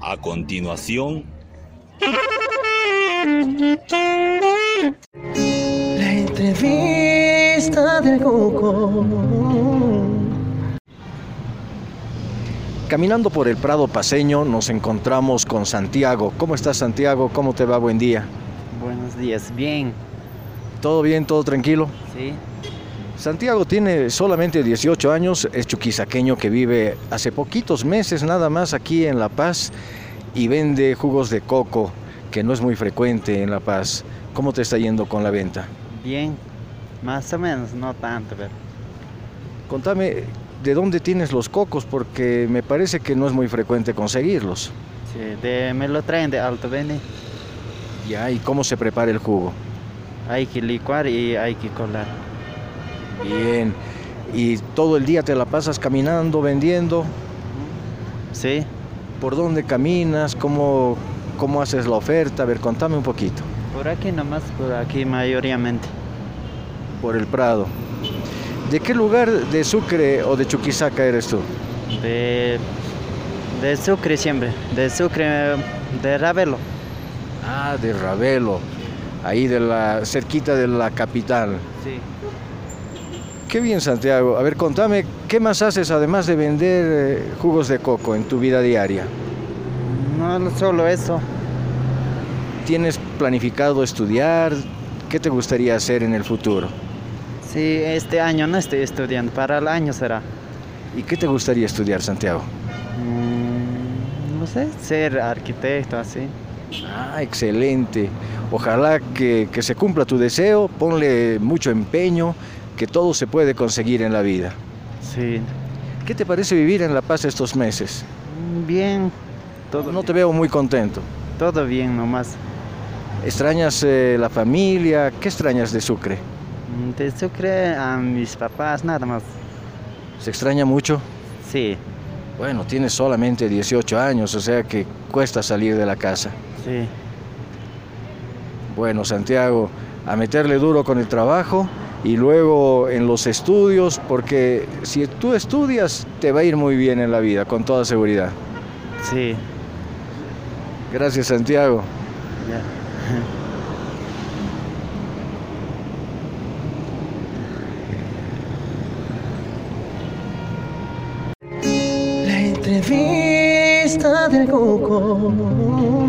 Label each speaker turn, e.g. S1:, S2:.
S1: A continuación,
S2: La entrevista del Coco.
S3: Caminando por el Prado Paseño nos encontramos con Santiago. ¿Cómo estás Santiago? ¿Cómo te va? Buen día.
S4: Buenos días, bien,
S3: ¿Todo bien? ¿Todo tranquilo?
S4: sí,
S3: Santiago tiene solamente 18 años, es chuquisaqueño que vive hace poquitos meses nada más aquí en La Paz y vende jugos de coco, que no es muy frecuente en La Paz. ¿Cómo te está yendo con la venta?
S4: bien, más o menos, no tanto, pero
S3: Contame, ¿de dónde tienes los cocos? Porque me parece que no es muy frecuente conseguirlos.
S4: sí, de, me lo traen de Alto Beni,
S3: Ya, ¿y cómo se prepara el jugo?
S4: hay que licuar y hay que colar.
S3: Bien. ¿Y todo el día te la pasas caminando, vendiendo?
S4: Sí,
S3: ¿Por dónde caminas? ¿Cómo, cómo haces la oferta? A ver, contame un poquito.
S4: por aquí nomás, por aquí mayormente,
S3: Por el Prado. ¿De qué lugar de Sucre o de Chuquisaca eres tú?
S4: de, de Sucre siempre, de Sucre, de Ravelo,
S3: Ah, de Ravelo, ahí de la cerquita de la capital.
S4: sí,
S3: Qué bien, Santiago. A ver, contame, ¿qué más haces además de vender eh, jugos de coco en tu vida diaria?
S4: no solo eso,
S3: ¿Tienes planificado estudiar? ¿Qué te gustaría hacer en el futuro?
S4: sí, este año no estoy estudiando, para el año será,
S3: ¿Y qué te gustaría estudiar, Santiago?
S4: Mm, no sé, ser arquitecto, así,
S3: Ah, excelente. Ojalá que, que se cumpla tu deseo, ponle mucho empeño, que todo se puede conseguir en la vida.
S4: sí,
S3: ¿Qué te parece vivir en La Paz estos meses?
S4: Mm, bien, todo,
S3: no te
S4: bien,
S3: veo muy contento.
S4: todo bien nomás.
S3: ¿Extrañas eh, la familia? ¿Qué extrañas de Sucre?
S4: Mm, De Sucre a mis papás, nada más.
S3: ¿Se extraña mucho?
S4: Sí,
S3: Bueno, tienes solamente 18 años, o sea que cuesta salir de la casa.
S4: sí,
S3: Bueno, Santiago, a meterle duro con el trabajo y luego en los estudios, porque si tú estudias te va a ir muy bien en la vida, con toda seguridad.
S4: sí.
S3: Gracias, Santiago.
S4: ya.
S2: La entrevista del Coco.